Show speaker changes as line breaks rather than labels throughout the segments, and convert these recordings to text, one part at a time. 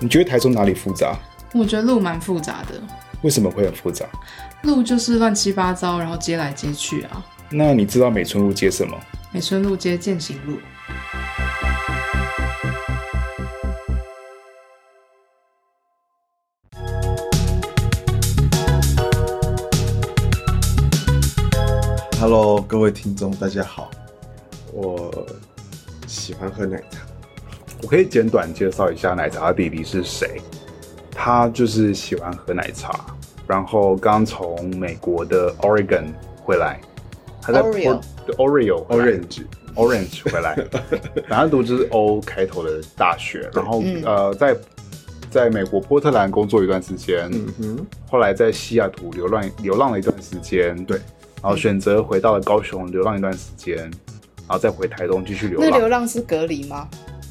你觉得台中哪里复杂？
我觉得路蛮复杂的，
为什么会很复杂？
路就是乱七八糟，然后接来接去啊。
那你知道美村路接什么？
美村路接践行路，
Hello，各位听众，大家好。我喜欢喝奶茶，
我可以简短介绍一下奶茶弟弟是谁。他就是喜欢喝奶茶，然后刚从美国的 Oregon 回来，他在
Oreo
Port- Oreo 回来
Orange
Orange 回 来，反正读的是 O 开头的大学，然后、
嗯
呃在在美国波特兰工作一段时间，
嗯哼，
后来在西雅图流浪流浪了一段时间，
对，
然后选择回到了高雄流浪一段时间，然后再回台东继续流
那流
浪
浪是隔离吗？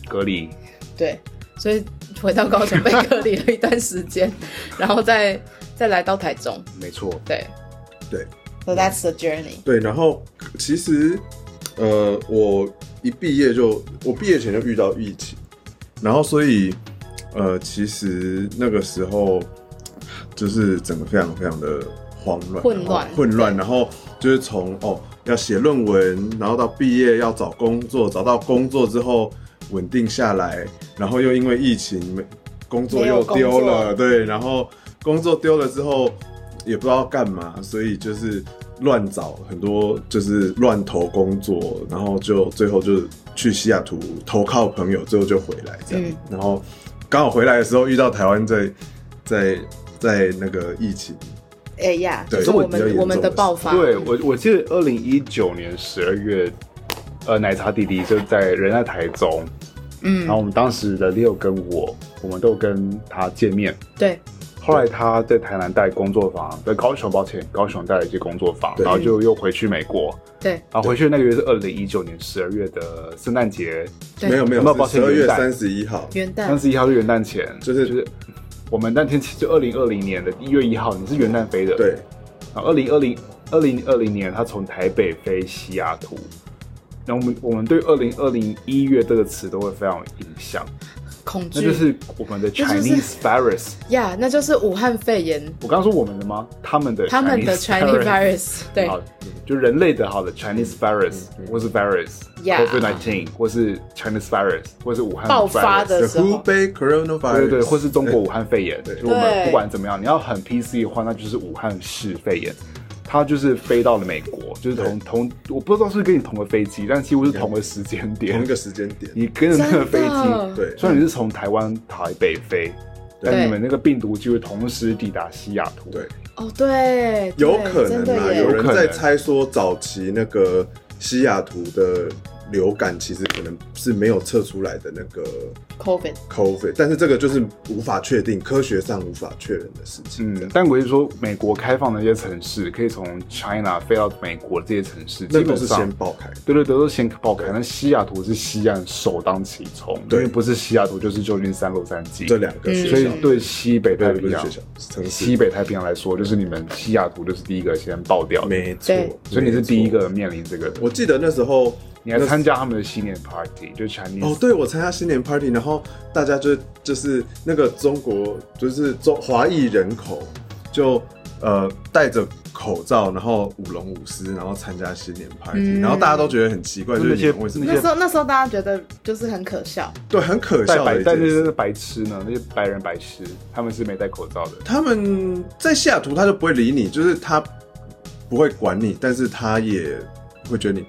隔离。
对，所以回到高雄被隔离了一段时间， 然后再再来到台中。
没错，
对，
对
，So that's the journey。
对。然后其实，呃，我一毕业就，我毕业前就遇到疫情，然后所以，呃，其实那个时候就是整个非常非常的慌乱、
混乱
然后混乱，
对
然后就是从哦要写论文，然后到毕业要找工作，找到工作之后稳定下来，然后又因为疫情没工作
没有
又
工
丢
作
了，对，然后工作丢了之后也不知道干嘛，所以就是乱找很多，就是乱投工作，然后就最后就去西雅图投靠朋友，最后就回来这样。
嗯
然后刚好回来的时候遇到台湾在在在那个疫情，
哎呀，
对
就是我
这我比较严
们
重
我们的爆发。
对我我记得二零一九年十二月，呃，奶茶弟弟就在人在台中，然后
嗯，
我们当时的 Leo 跟我，我们都跟他见面。
对，
后来他在台南带工作坊，在高雄，抱歉，高雄带了一些工作坊，
对
然后就又回去美国。
对，
然后回去那个月是二零一九年十二月的圣诞节，
对
没有没
没有抱
有，
歉
十二月
元旦
三十一号，
元
三
旦，
十一号是元旦前，
就是
就是我们那天其实二零二零年的一月一号，你是元旦飞的，
对，
然后二零二零二零二零年，他从台北飞西雅图。然后我们我们对二零二零一月这个词都会非常有印象，
恐惧
那就是我们的
就是
Chinese virus。
呀，那就是武汉肺炎，
我刚刚说我们的吗？他们的
他们的 Chinese
virus，
virus。对，嗯
好，就人类的好了 Chinese virus，或是
Yeah
virus，COVID nineteen，或是 Chinese virus，或是武汉
爆发
virus
的
The
时候
Hubei
对
Coronavirus，
对对，或是中国武汉肺炎，
对
就我们
对
不管怎么样，你要很 PC 的话，那就是武汉市肺炎。他就是飞到了美国，就是同同，我不知道是不是跟你同个飞机，但几乎是同个时间点，
同一个时间点，
你跟着那个飞机，
对
虽然你是从台湾台北飞，但
对
你们那个病毒就会同时抵达西雅图。
对，
哦，对，对
有可
真
能
的
啊，
耶
有人
有可能
在猜说早期那个西雅图的流感其实可能是没有测出来的那个
COVID。
COVID，但是这个就是无法确定，科学上无法确认的事情。
嗯
嗯，，
但我是说，美国开放的一些城市，可以从 China 飞到美国这些城市，基
那都
本
是
上
先爆开的，
对对对，都是先爆开。那西雅图是西岸首当其冲，因
对
为不是西雅图就是旧金山、洛杉矶
这，两个学
所以
嗯
校，
对西北太
对，不
平
是
洋
学、校，城
西
市，
北太平洋来说，就是你们西雅图就是第一个先爆掉的，
没错
对。
所以你是
没错
第一。个面临这个的。
我记得那时候
你还参加他们的新年 party，就是
哦
Chinese，，
对，我参加新年 party，然后大家就就是那个中国就是中华裔人口就呃戴着口罩，然后舞龙舞狮，然后参加新年 party，、
嗯
然后大家都觉得很奇怪，
那
就是
那
你
些
们为什么
那
那
些
时候那时候大家觉得就是很可笑，
对很可
戴
笑
白
的一
戴
件
那
事。
些白痴呢，那些白人白痴，他们是没戴口罩的。
他们在西雅图他就不会理你，就是他不会管你，但是他也会觉得你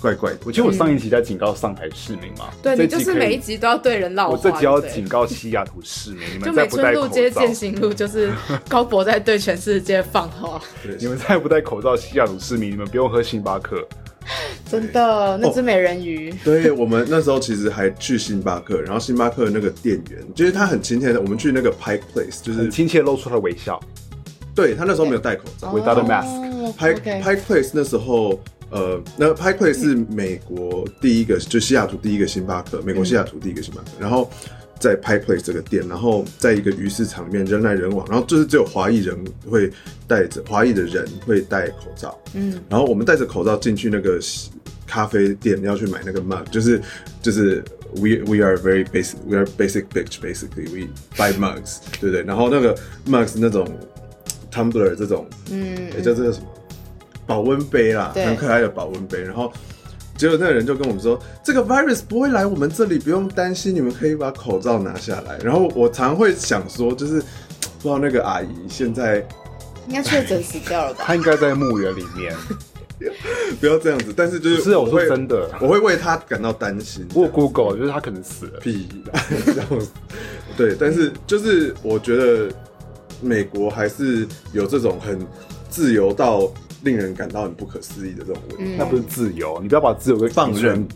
怪怪的。
我记得我上一集在警告上海市民嘛，
嗯对
这
你
一集
就是
可以
每一集都要对人唠话。
我这集要
对
警告西雅图市民， 你
就
们再
美
不
村
戴
路
口
接践
罩，
行 路，就是高博在对全世界放话，
对
你们再不戴口罩，西雅图市民，你们不用喝星巴克。
真的，
哦
那只美人鱼，
对我们那时候其实还去星巴克，然后星巴克那个店员，就是他很亲切的，我们去那个 Pike Place，就是
很亲切露出了微笑。
对他那时候没有戴口罩。
Without a mask
哦
Pike
OK
Pike Place 那时候，呃，那 Pike Place 是美国第一个，就西雅图第一个星巴克，美国西雅图第一个星巴克。然后在 Pike Place 这个店，然后在一个鱼市场里面人来人往，然后就是只有华裔人会戴着华裔的人会戴口罩，
嗯，
然后我们戴着口罩进去那个咖啡店要去买那个 mug，就是就是 we we are very basic we are basic bitch basically we buy mugs，对不对？然后那个 mugs 那种 tumbler 这种，
嗯
也叫这个什么保温杯啦，
对
很可爱的保温杯。然后结果那个人就跟我们说，这个 virus 不会来我们这里，不用担心，你们可以把口罩拿下来。然后我常会想说，就是不知道那个阿姨现在
应该确诊死掉了吧？
他应该在墓园里 面。
不要这样子，但是就是
不是，我说
会
真，的，
我会为她感到担心。
我有 Google 就是他可能死了。
屁 啦，这样子对，但是就是我觉得美国还是有这种很自由到令人感到很不可思议的这种文化。
嗯
那不是自由，你不要把自由跟
放
愚
任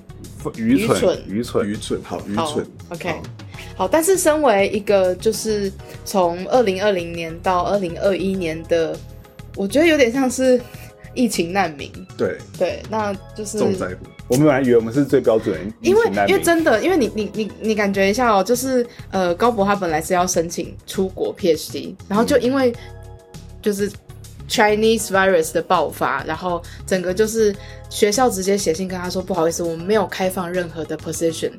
蠢、愚蠢、愚蠢
愚蠢，好愚
好
蠢。
OK，
好
好，但是身为一个就是从二零二零年到二零二一年的，我觉得有点像是疫情难民，
对，
对，那就是
重灾户。
我们本来以为我们是最标准的疫
因为
情难
因
民
为真的，因为你你你你感觉一下哦，就是呃，高博他本来是要申请出国 PhD，然后
嗯
就因为就是 Chinese virus 的爆发，然后整个就是学校直接写信跟他说，不好意思，我们没有开放任何的 position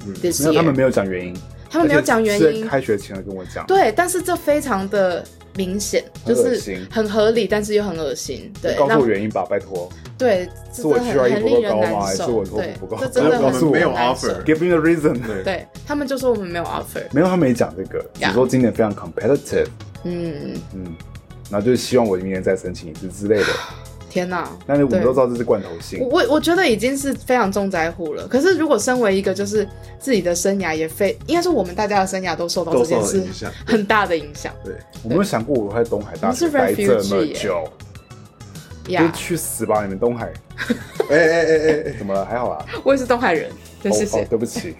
嗯
this
没有
year，、
他们没有讲原因，
他们没有讲原
而且是
因
在，开学前跟我讲。
对，但是这非常的明显，就
很恶
是
心
很合理，但是又很恶心，对，
告诉我
那
原因吧，拜托。
对，这
是我
真的
需要
很
衣
很
服
令
够
人
高吗还
难
是
受
我，衣服
对
不，够
这
高
真的
我
很
们没有
很难受
offer
Give me a reason。
对，
对他们就说我们没有 offer，
没有，他没讲这个，只
呀
说今年非常 competitive，
嗯，
嗯，然后就是希望我明年再申请一次之类的。
天哪！
但是我们
对
都知道这是罐头性
我，我我觉得已经是非常重灾户了。可是如果身为一个就是自己的生涯也非，应该说我们大家的生涯都受到哦这
都受
件
了
事
影响。
很大的影响
对，
我没有想过我会在东海大学
我们
待
是
这
refugee
么
耶
久，就
呀
是。去死吧你们东海！
哎哎哎哎哎，
怎么了？还好啦。
我也是东海人，对，
哦
谢谢。
哦，对不 起。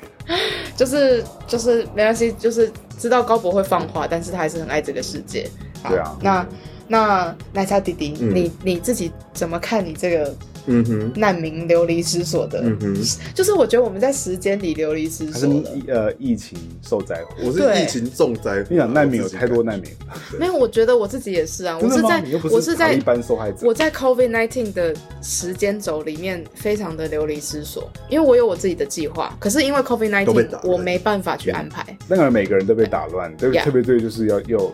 就是就是没关系，就是知道高博会放话，但是他还是很爱这个世界。好
对啊
那那奶茶弟弟，
嗯
你你自己怎么看你这个
嗯哼，
难民流离失所的？
嗯 哼，
就是我觉得我们在时间里流离失
他是
所了。
疫呃疫情受灾户。
我是
对
疫情重灾户。啊
你想难民有
我自己
太多难民，
没有，我觉得我自己也是啊，我
真的吗
在
你又不
我
是
在
一般受害者，
我在 COVID 1 9的时间轴里面非常的流离失所，因为我有我自己的计划，可是因为 COVID 1
都被打
9
乱
我没办法去安排。
那个每个人都被打乱，对
Yeah
特别对就是要有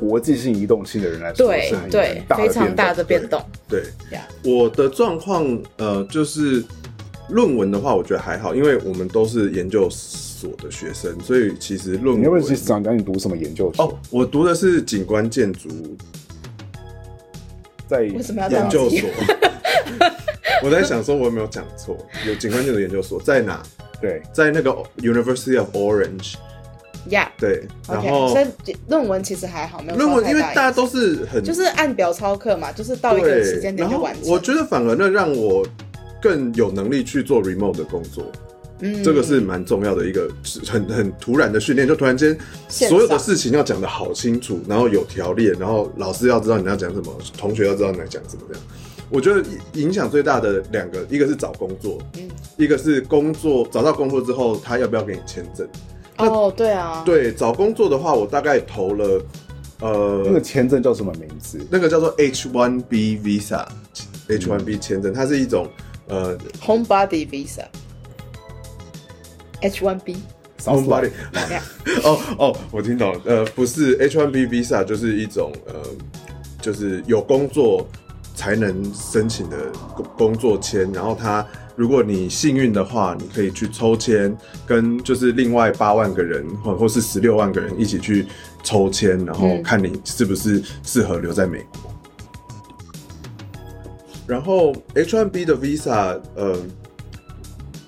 国际性移动性的人来说，
对
是很
对，
大
非常大
的
的变动。
对
Yeah
我的状况呃，就是论文的话，我觉得还好，因为我们都是研究所的学生，所以其实论
动。
文
你要不要去讲讲你读什么研究所？
哦，我读的是景观建筑
在
为什么啊要这
研
样子
究？所。 我在想说，我有没有讲错？有景观建筑研究所在哪？
对
在那个 University of Orange。
呀
对，然
OK，
后
所以论文其实还好，没有
论文，因为大
大
家都是很
就是按表操课嘛，就是到一个时
对
间，点
然
就
后
完成。
我觉得反而那让我更有能力去做 remote 的工作，
嗯
这个是蛮重要的一个是很很突然的训练，就突然间
线上
所有的事情要讲的好清楚，然后有条列，然后老师要知道你要讲什么，同学要知道你要讲什么这样。我觉得影响最大的两个，一个是找工作，
嗯
一个是工作找到工作之后，他要不要给你签证？
哦，对啊，
对，找工作的话，我大概投了，呃，
那个签证叫什么名字？
那个叫做 H1B visa，H1B 签证，它是一种呃
，Homebody Visa。H1B，
homebody。
Yeah
哦哦，我听懂了，呃，不是 H1B visa，就是一种呃，就是有工作才能申请的工工作签，然后它。如果你幸运的话，你可以去抽签，跟就是另外八万个人或或是十六万个人一起去抽签，然后
嗯
看你是不是适合留在美国。然后 H1B 的 Visa，呃，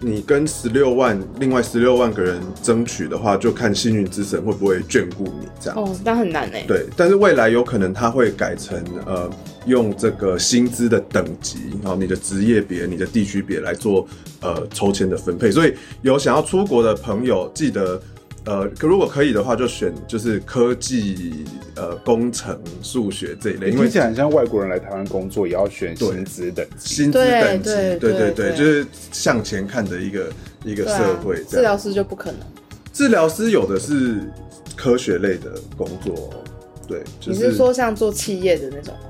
你跟十六万另外十六万个人争取的话，就看幸运之神会不会眷顾你这样。
哦，那很难哎。
对，但是未来有可能它会改成呃，用这个薪资的等级，然后你的职业别、你的地区别来做呃抽签的分配。所以有想要出国的朋友，记得呃，如果可以的话，就选就是科技、呃工程、数学这一类，因为
听起来很像外国人来台湾工作也要选薪资等级。
薪资等级，对
对对
对
对
对，就是向前看的一个一个
对啊，
社会
治
这
疗
样。
师就不可能。
治疗师有的是科学类的工作，对，就
你是说像做企业的那种吗？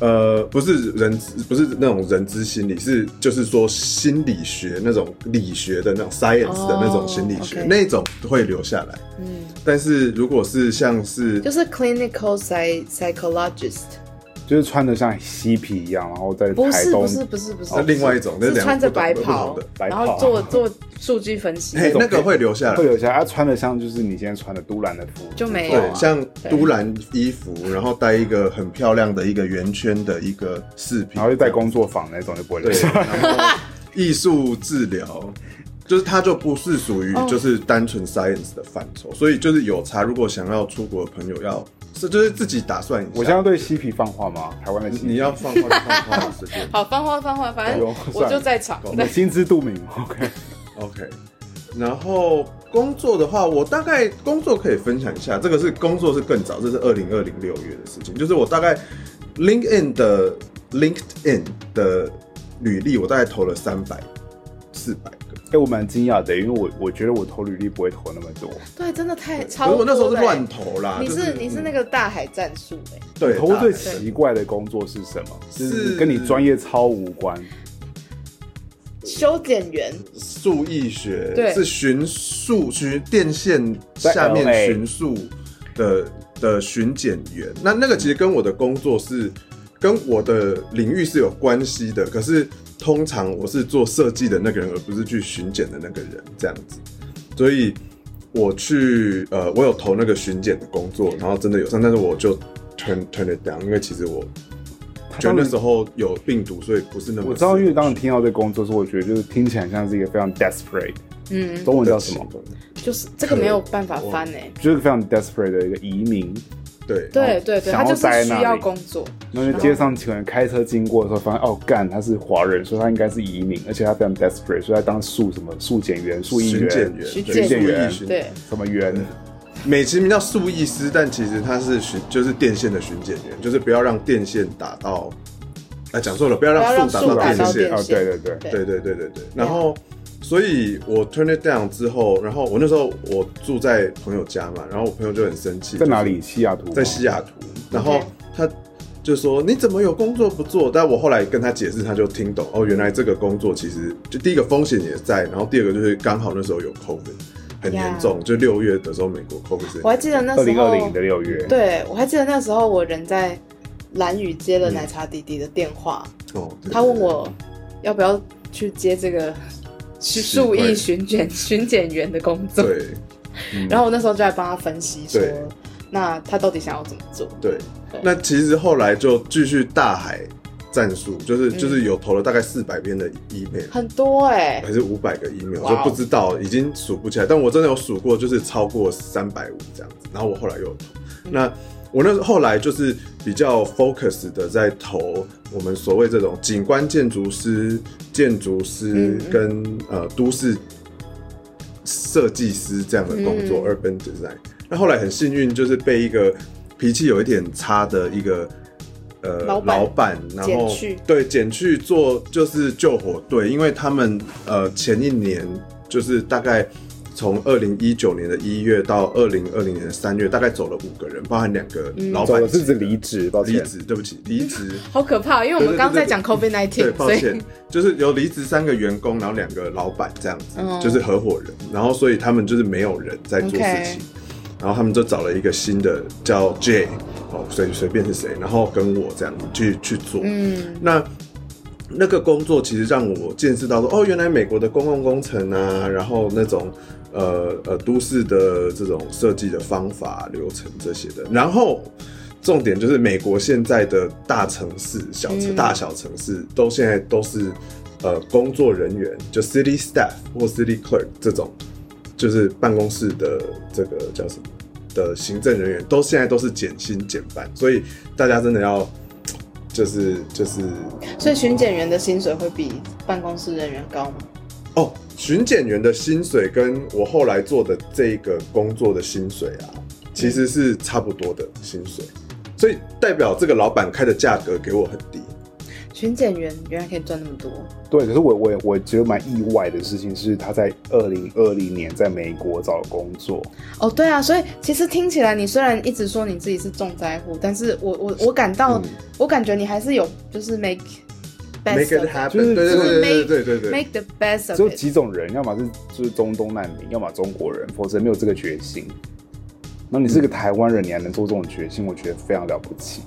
呃，不是人资，不是那种人之心理，是就是说心理学那种理学的那种 science 的那种心理学
哦，OK
那种会留下来。
嗯，
但是如果是像是
就是 clinical psy psychologist，
就是穿的像嬉皮一样，然后在
不
台
是
东
不是不是不是
哦那，另外一种，那
是
两
穿
个
着
不同
白
不同
袍
的，
白
然
袍
后做做数据分析，
嘿， 那个会留下
会
来。
有一些他穿的像就是你现在穿的都兰的服，
就没有
对，
啊
像都兰衣服，然后戴一个很漂亮的一个圆圈的一个饰品，
然后就在工作坊那种就不会留
对，
下来。
然后艺术治疗， 就是它就不是属于
哦
就是单纯 science 的范畴，所以就是有差。如果想要出国的朋友要是就是自己打算一下，
我现在对嬉皮放话吗？台湾的嬉皮
你要放话就放话，随便。
好，翻话翻话，反
哎呦
正我
算
就
了
在场。
我心知肚明，OK。
OK，然后工作的话，我大概工作可以分享一下，这个是工作是更早，这是二零二零六月的事情，就是我大概 LinkedIn 的 LinkedIn 的履历，我大概投了三百四百个。
哎、我蛮惊讶的，因为我我觉得我投履历不会投那么多，
对，真的太
可
超
是
多
我那时候是
了欸
乱投啦，
你
就是嗯
你是那个大海战术哎，
对
投过最
大概
奇怪的工作是什么？就是
是
跟你专业超无关，
修剪员
树艺学，
对
是巡溯巡电线
在
下面
LA
巡溯的的巡检员。那那个其实跟我的工作是跟我的领域是有关系的，可是通常我是做设计的那个人，而不是去巡检的那个人，这样子。所以我去呃，我有投那个巡检的工作，然后真的有上，但是我就 turn turn it down，因为其实我。觉得那时候有病毒，所以不是那么。
我知道，因为当你听到这个工作的时候，我觉得就是听起来像是一个非常 desperate，
嗯，
中文叫什么？
就是这个没有办法翻哎、
就是非常 desperate 的一个移民。
对
对对对，
想
他
要
就是
待那
需要
里
工作，
那就街上可能开车经过的时候，发现哦，干他是华人，所以他应该是移民，而且他非常 desperate，所以他当速什么速检员、速议
巡
员、
检员，
巡
对
检
速议
员
巡
对，
什么员，
美其名叫树艺师，但其实他是巡，就是电线的巡检员，就是不要让电线打到，啊，讲错了，不要
不要
让
让
树打
树
到
打到
线
电。
哦，对对对，
对
对
对对对对。然后，所以我 turn it down 之后，然后我那时候我住在朋友家嘛，然后我朋友就很生气，
在哪里？？西雅图吗？
在西雅图。然后他就说：“你怎么有工作不做？”但我后来跟他解释，他就听懂哦，原来这个工作其实就第一个风险也在，然后第二个就是刚好那时候有 COVID。很严重就六月的时候，美国 COVID 是很
我还记得那
二
时
零二零
候
的，六月，
对我还记得那时候我人在蓝宇接了奶茶弟弟的电话，
哦，对
他问我要不要去接这个 数亿巡检 巡检员的工作，
对
然后我那时候就在帮他分析说
对，
那他到底想要怎么做？
对，那其实后来就继续大海战术，就是、
嗯
就是有投了大概四百篇的 email，
很多哎、
还是五百个 email，
哇哦
就不知道已经数不起来，但我真的有数过，就是超过三百五这样子。然后我后来又有投，那我那后来就是比较 focus 的在投我们所谓这种景观建筑师、建筑师
嗯嗯
跟、呃都市设计师这样的工作、
嗯
u r b a n design。那后来很幸运，就是被一个脾气有一点差的一个。呃，
老板
老板，然后
减去
对，减去做就是救火队，因为他们呃前一年就是大概从二零一九年的一月到二零二零年的三月，大概走了五个人，包含两个
嗯
老
走
板
了
级
是
的、
指离职，抱
离
歉，
职，对不起，离 职。
好可怕，因为我们刚刚在讲 COVID
对，
nineteen，
抱
所以
歉，就是有离职三个员工，然后两个老板这样子，
嗯
就是合伙人，然后所以他们就是没有人在做事情
OK
然后他们就找了一个新的叫 J，哦，随随便是谁，然后跟我这样子去去做，
嗯，
那那个工作其实让我见识到说，哦，原来美国的公共工程啊，然后那种呃呃都市的这种设计的方法、流程这些的，然后。重点就是美国现在的大城市、小城、
嗯
大小城市都现在都是呃工作人员，就 city staff 或 city clerk 这种，就是办公室的这个叫什么的行政人员，都现在都是减薪减半，所以大家真的要就是就是
所以巡检员的薪水会比办公室人员高吗？
哦，巡检员的薪水跟我后来做的这个工作的薪水啊，其实是差不多的薪水，所以代表这个老板开的价格给我很低。
巡检员原来可以赚那么多，
对，可是我我我觉得蛮意外的事情是，他在二零二零年在美国找工作，
哦，对啊，所以其实听起来，你虽然一直说你自己是重灾户，但是我我我感到、
嗯
我感觉你还是有就是 make
make
best
it
of it
happen，
就是
对对
就
对
是
对
make-
对对对对
make the best
只有
of it。
几种人，要么是就是中东难民，要么中国人，否则没有这个决心。然后你是个台湾人，你还能做这种决心，我觉得非常了不起。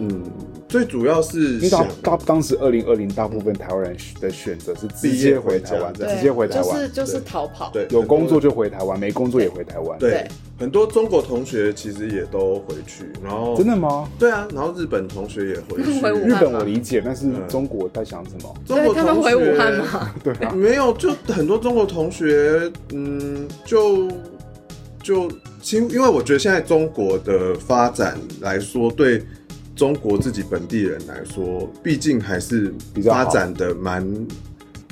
嗯，最主要是嗯
因为
想
大大当时二零二零，大部分台湾人的选择是直
毕业
接
回
回
家
台湾，
这样
对
直接回台
就是
湾，
就是
对
逃跑。
对
有工作
就
就回台湾，没工作也回台湾。
对
对
很多中国同学其实也都回去，然后
真的吗？
对啊，然后日本同学也回去，
回武
日
汉
本
吗
我理解，但是
嗯
中国在想什么？
中国
对他们
同
回
学
武汉吗？
嗯
对啊，
没有，就很多中国同学，嗯，就就其因为我觉得现在中国的发展来说，对中国自己本地人来说，毕竟还是
比较好
发展的蛮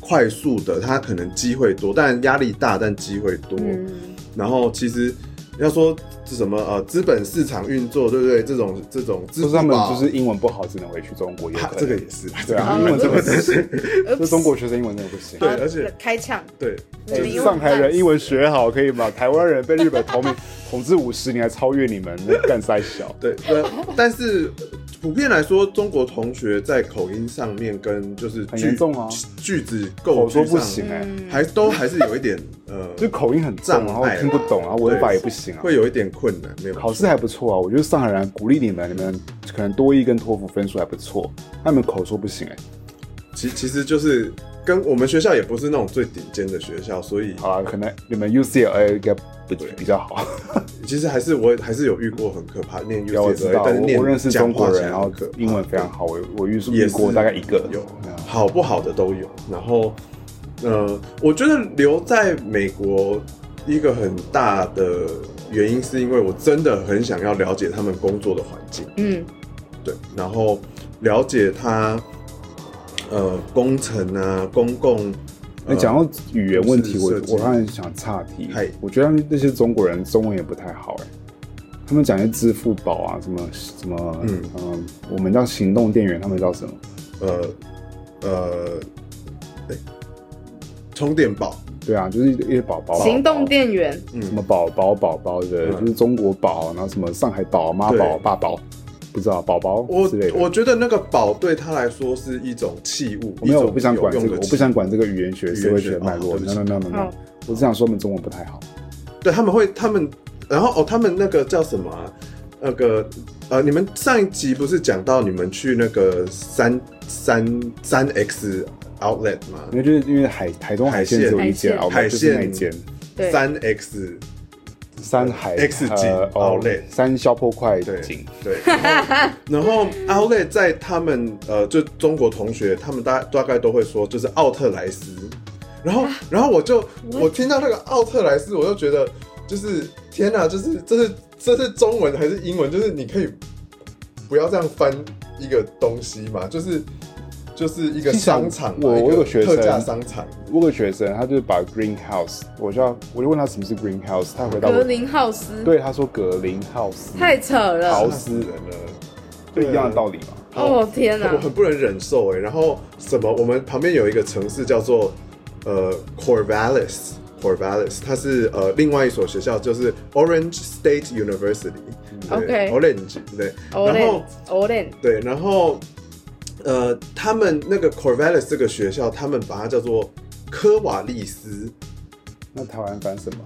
快速的，他可能机会多，但压力大，但机会多。
嗯，
然后其实要说是什么呃，资本市场运作，对不对？这种这种支
就
付
是他们
宝
就是英文不好，只能回去中国，也
啊
可能
这个也是
对啊，
啊
英文真的
这个
不行，
Oops
就中 国学生英文真的不行。
对而且
开枪，
对。
你们英
哎
文
上海人
烂
英文学好可以吗？台湾人被日本统统治五十年，还超越你们，那干三 小。
对，呃，但是普遍来说，中国同学在口音上面跟就是
很
句
严重啊
句子构
口
句
说不
上
行哎、
嗯
还都还是有一点呃，
就口音很重，
障
然后
碍啊
听不懂，然后文法也不行啊。
会有一点困难，没有
考试还不错啊，我觉得上海人鼓励你们，你们可能多一跟托福分数还不错，那你们口说不行哎、
其其实就是跟我们学校也不是那种最顶尖的学校，所以
好了，可能你们 UCLA 应该比
对
比较好。
其实还是我还是有遇过很可怕念 U
我
C
知道，
但是
我
念
我认识
讲
中国
话起
人，
来
然后
很可怕
英文非常好，我我遇
也
遇
是
过大概一个
有
对啊
好不好的都有。然后，呃，我觉得留在美国一个很大的原因，是因为我真的很想要了解他们工作的环境，
嗯，
对，然后了解他，呃，工程啊，公共，
那
呃
哎讲到语言问题，
都
我
市设计
我刚才想岔题
嗨，
我觉得他们那些中国人中文也不太好哎、他们讲一些支付宝啊，什么什么，
嗯
嗯、我们叫行动电源，他们叫什么？
呃呃，哎，充电宝，
对啊，就是一些宝宝，
行动电源，
什么宝宝宝宝的，
嗯
就是中国宝，然后什么上海宝、妈宝、
对
爸宝，不知道宝宝
我
之类的。
我觉得那个宝对他来说是一种器物，
没有，
一种
我不想管
有
这
用
个，
的
我
器
不想管这个语言学、
言
社会
学
学脉
哦
络。
对不起
no no no no no，
好
我只想说我们中文不太好。
对，他们会，他们，然后哦，他们那个叫什么啊、那个呃，你们上一集不是讲到你们去那个三三三 X Outlet 吗
因？为就是因为海台中海鲜
海鲜
只有一间
海鲜
啊，我们就是那一
海
间
鲜
对，
三 X
山海
X 景
呃哦
Outlet
山消坡块
对
景，
对，然后然后 Outlet 在他们呃，就中国同学他们大大概都会说就是奥特莱斯，然后然后我就我听到那个奥特莱斯，我就觉得就是天哪，就是这是这是中文还是英文？就是你可以不要这样翻一个东西嘛，就是。就是一个
其实我
商场嘛，
我我
一
有
个
个学生
特价商场，
我有个学生，他就是把 greenhouse，我就要我就问他什么是 greenhouse，他回答
格
我，
林浩斯，
对他说格林浩斯，
太扯
好
了，
吓死人了，
就一样的道理嘛。
哦天哪
我，很不能忍受哎、然后什么，我们旁边有一个城市叫做呃 Corvallis。Corvallis，它是呃另外一所学校，就是 Orange State University 对。
OK
Orange 对，然后
Olen Olen，
对，然后呃，他们那个 Corvallis 这个学校，他们把它叫做科瓦利斯，
那台湾翻什么？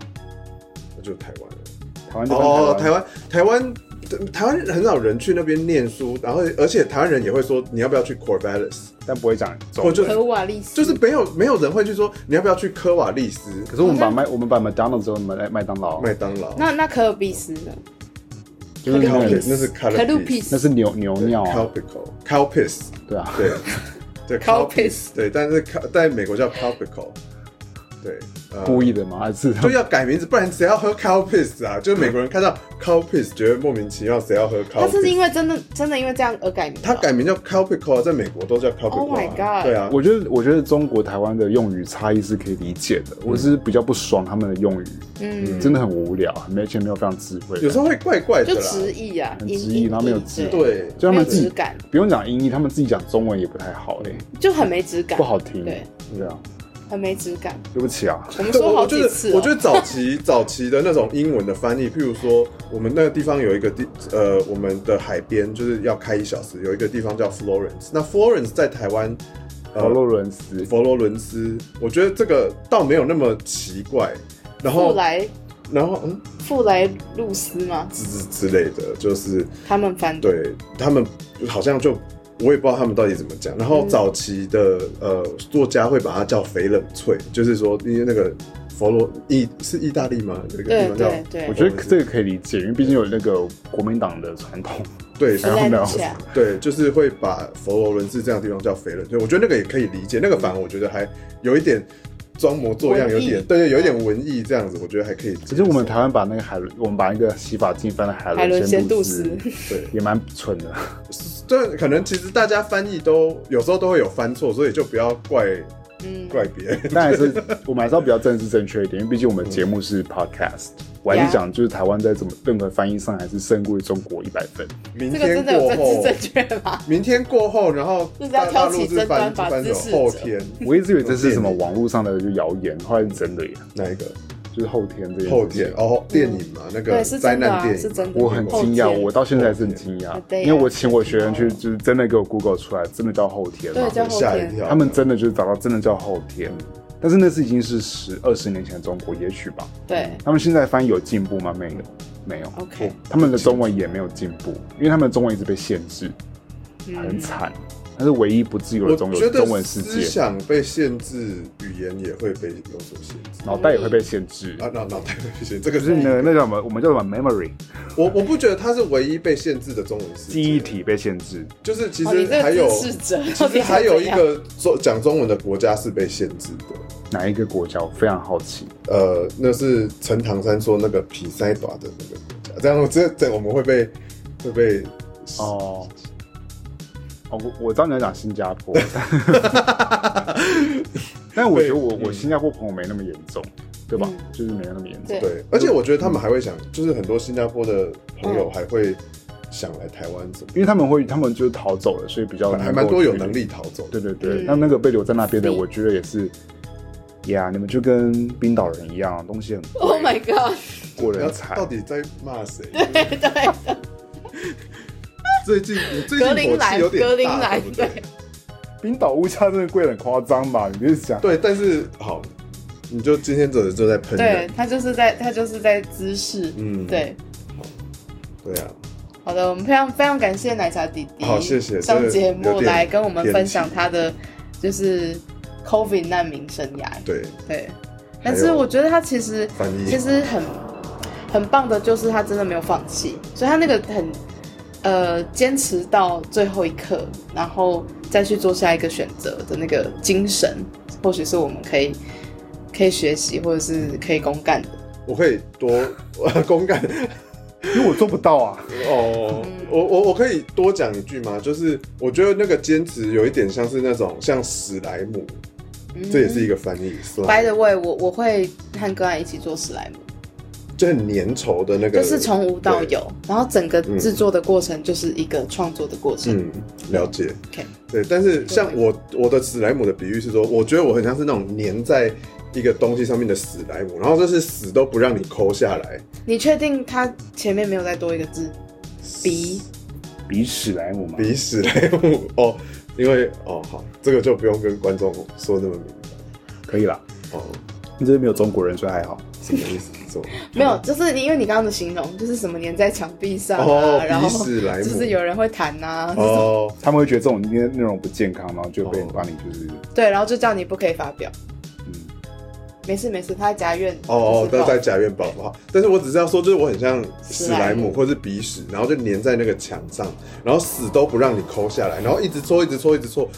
那就是台湾了。
台湾就翻
哦，
台
台
湾，
湾，台湾，台湾很少人去那边念书，然后而且台湾人也会说你要不要去 Corvallis，
但不会讲中
或
文。
就
科瓦利斯，
就是没有没有人会去说你要不要去科瓦利斯、
可是我们把麦我们把麦当劳之后，麦麦当劳，啊
麦当劳，
那那可尔必斯呢？
就是那
那
个
那是 Calipis，
那是牛牛尿啊，
Calpico Calpis，
对啊。
对对
Calpis
对，但是 Cal- 在美国叫 Calpico，对，呃
故意的吗？还是他
就要改名字，不然谁要喝 cow piss 啊？就美国人看到 cow piss 觉得莫名其妙，谁要喝 cow？
他是
piss？
因为真的真的因为这样而改名的
他
哦，
改名叫 cow pickle，啊在美国都叫 cow pickle 啊。
Oh my god
对啊，
我觉得，我觉得中国台湾的用语差异是可以理解的。我是比较不爽他们的用语，
嗯，
真的很无聊，没钱没有非常智慧。
有时候会怪怪的
就
啦。
直译啊，
很
音
直译
音
然后没有
译
质
对
对，
就他
没有
们自
质
己
感，
不用讲英译，他们自己讲中文也不太好嘞、
就很没质感，
不好听。
嗯对，
对啊，
很没质感。
对不起啊，
我们
对
说
我
好
我觉
几
得
次、哦
我觉得早 期早期的那种英文的翻译，譬如说我们那个地方有一个地，呃，我们的海边就是要开一小时，有一个地方叫 Florence。那 Florence 在台湾，呃
劳洛伦斯，
佛罗伦斯，我觉得这个倒没有那么奇怪。然
富
后，
莱
然后嗯，
富莱露丝吗？
之之之类的，就是
他们翻的，
对他们好像就我也不知道他们到底怎么讲。然后
嗯
早期的呃作家会把它叫翡冷翠，就是说因为那个佛罗意是意大利吗？有一个地
对
方叫
对对
我觉得这个可以理解，因为毕竟有那个国民党的传 统。
对
实在
然后
不
呢
下，
对，就是会把佛罗伦斯这样的地方叫翡冷翠。我觉得那个也可以理解，那个反而我觉得还有一点装模作样，
文
有
艺
点对，有一点文艺这样子，我觉得还可以接受。
其实我们台湾把那个海伦，我们把那个洗发精翻到海
海
伦
伦
仙
仙
度
度
斯
斯，
对
也蛮蠢 的。
这可能其实大家翻译都有时候都会有翻错，所以就不要怪
嗯，
怪别人。
但还是我们还是要比较政治正确一点，因为毕竟我们节目是 podcast。我还是讲，就是台湾在怎么任何翻译上还是胜过于中国一百 分。
明
这个
天
真的有
过
政治
后，
正确吗？
明天过后，然后
就是
大
要
大
挑起
陆是
争
翻
端把
翻
支
成
持
后
者
天
我一直以为这是什么网络上的就谣言，后来是真的耶，
哪一个
就是后天这件事情
后天哦电影嘛，那个
嗯对，是
灾
真的、
难
啊，
电
是
影。
真的。
我很惊讶，
后天啊
我到现在还是很惊讶
后，天
因为我请我学生去，就是真的给我 Google 出来，真的叫后天嘛
啊对，叫后
吓一
天
跳，
他们真的就是找到真的叫后天，但是那是已经是十二十年前的中国，也许吧。
嗯
对
他们现在翻译有进步吗？没有，没有。
，OK，
他们的中文也没有进步，因为他们的中文一直被限制，很
嗯，
惨。它是唯一不自由的中
我觉
有
得
中文世
思
界，
想被限制，语言也会被有所限制。
脑袋也会被限制。
啊，脑脑袋被限制，这个
就是
是
那个那叫什么？我们叫什么 memory
我我不觉得它是唯一被限制的中文世界
记忆，体被限制。
就是其
哦，你
实
这
还
个
有
知识者，
其实还有一个中讲中文的国家是被限制的。
哪一个国家？我非常好奇。
呃，那是陈唐山说那个皮塞短的那个国家，这样这这我们会被会被
哦，哦，我我知道你在讲新加 坡，但但我觉得我
嗯
我新加坡朋友没那么严重，对吧？
嗯
就是没有那么严重。
对
对，而且我觉得他们还会想，就是很多新加坡的朋友还会想来台湾怎么，
因为他们会，他们就是逃走了，所以比较
还蛮
过
多有
去
能力逃走
对
的。
对对，
嗯
那、那个被留在那边的，
所以
我觉得也是，呀、你们就跟冰岛人一样，东西很贵
Oh my god！
过
要
人才
到。底在骂谁？
对对，
最近你最近
格陵
火气
兰
有点大，
格陵兰
对不对？
冰岛物价真的贵得很夸张吧？你就是想，
对，但是好，你就今天走的就在喷
对
人，
他就是在他就是在姿势，
嗯
对。
对啊，
好的，我们非常非常感谢奶茶弟弟，
好谢谢
上节
真的有
目
点
来跟我们
偏
分享
激
他的就是 COVID 难民生涯。
对，
对，但是我觉得他其实
翻译
其实很很棒的，就是他真的没有放弃，所以他那个很呃坚持到最后一刻，然后再去做下一个选择的那个精神，或许是我们可以可以学习，或者是可以公干的。
我可以多 公干。
因为我做不到啊。
哦，我我我可以多讲一句吗？就是我觉得那个坚持有一点像是那种像史莱姆，这也是一个翻译，史莱
嗯 By
姆
the way，我我会和哥安一起做史莱姆，
就很粘稠的那个，
就是从无到有，然后整个制作的过程就是一个创作的过程。
嗯，了解。
OK，
对，但是像我我的史莱姆的比喻是说，我觉得我很像是那种粘在一个东西上面的史莱姆，然后就是死都不让你抠下来。
你确定他前面没有再多一个字？鼻
比史莱姆嘛，
比史莱姆 哦，因为哦好，这个就不用跟观众说那么明
可以啦。
白哦，
这边没有中国人，所以还好。
什么意思？什么？
没有，就是你因为你刚刚的形容，就是什么粘在墙壁上啊，
哦
然后
鼻屎来母
就是有人会弹啊呐、这种
哦，
他们会觉得这种内内容不健康，然后就被
哦
把你就是，
对，然后就叫你不可以发表。
嗯，
没事没事，他在家院
哦哦，
就
那
是
在贾元宝好，但是我只是要说，就是我很像史莱
史莱姆
姆或是鼻屎，然后就粘在那个墙上，然后死都不让你抠下来，然后一直搓，一直搓，一直搓，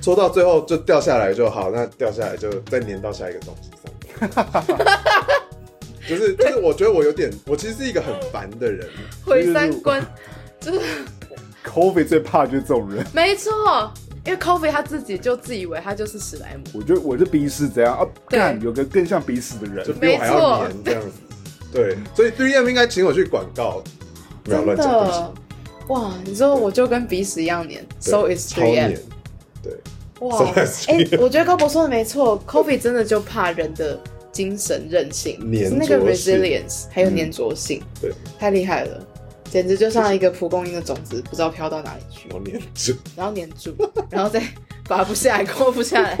搓到最后就掉下来就好，那掉下来就再粘到下一个东西上。 就是就是，我觉得我有点，我其实是一个很烦的人。
毁三观，就是
COVID 最怕就是这种人。
没错。因为 Coffee 他自己就自以为他就是史莱姆，
我就我就鼻屎怎样啊？
对
干有个更像鼻屎的人
就，比我还要黏这样子。对，所以 3M 应该请我去广告，不要
真
乱讲，对不
的
起，
哇！你说我就跟鼻屎一样黏
对
，So is
超
3M
黏。。对，
哇
So，is
哎、我觉得高博说的没错，Coffee 真的就怕人的精神韧性，
粘
是那个
着性嗯
resilience 还有粘着性，
对，
太厉害了，简直就像一个蒲公英的种子，不知道飘到哪里去，
我黏着。
然后粘 住，然后再拔不下来， 抠不下来，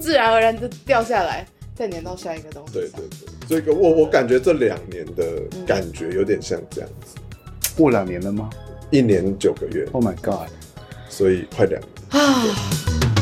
自然而然就掉下来，再粘到下一个东西
对
上
对。对，所以我我感觉这两年的感觉有点像这样子，
过两年了吗
一年九个月，
？Oh my god！
所以快两年。
啊，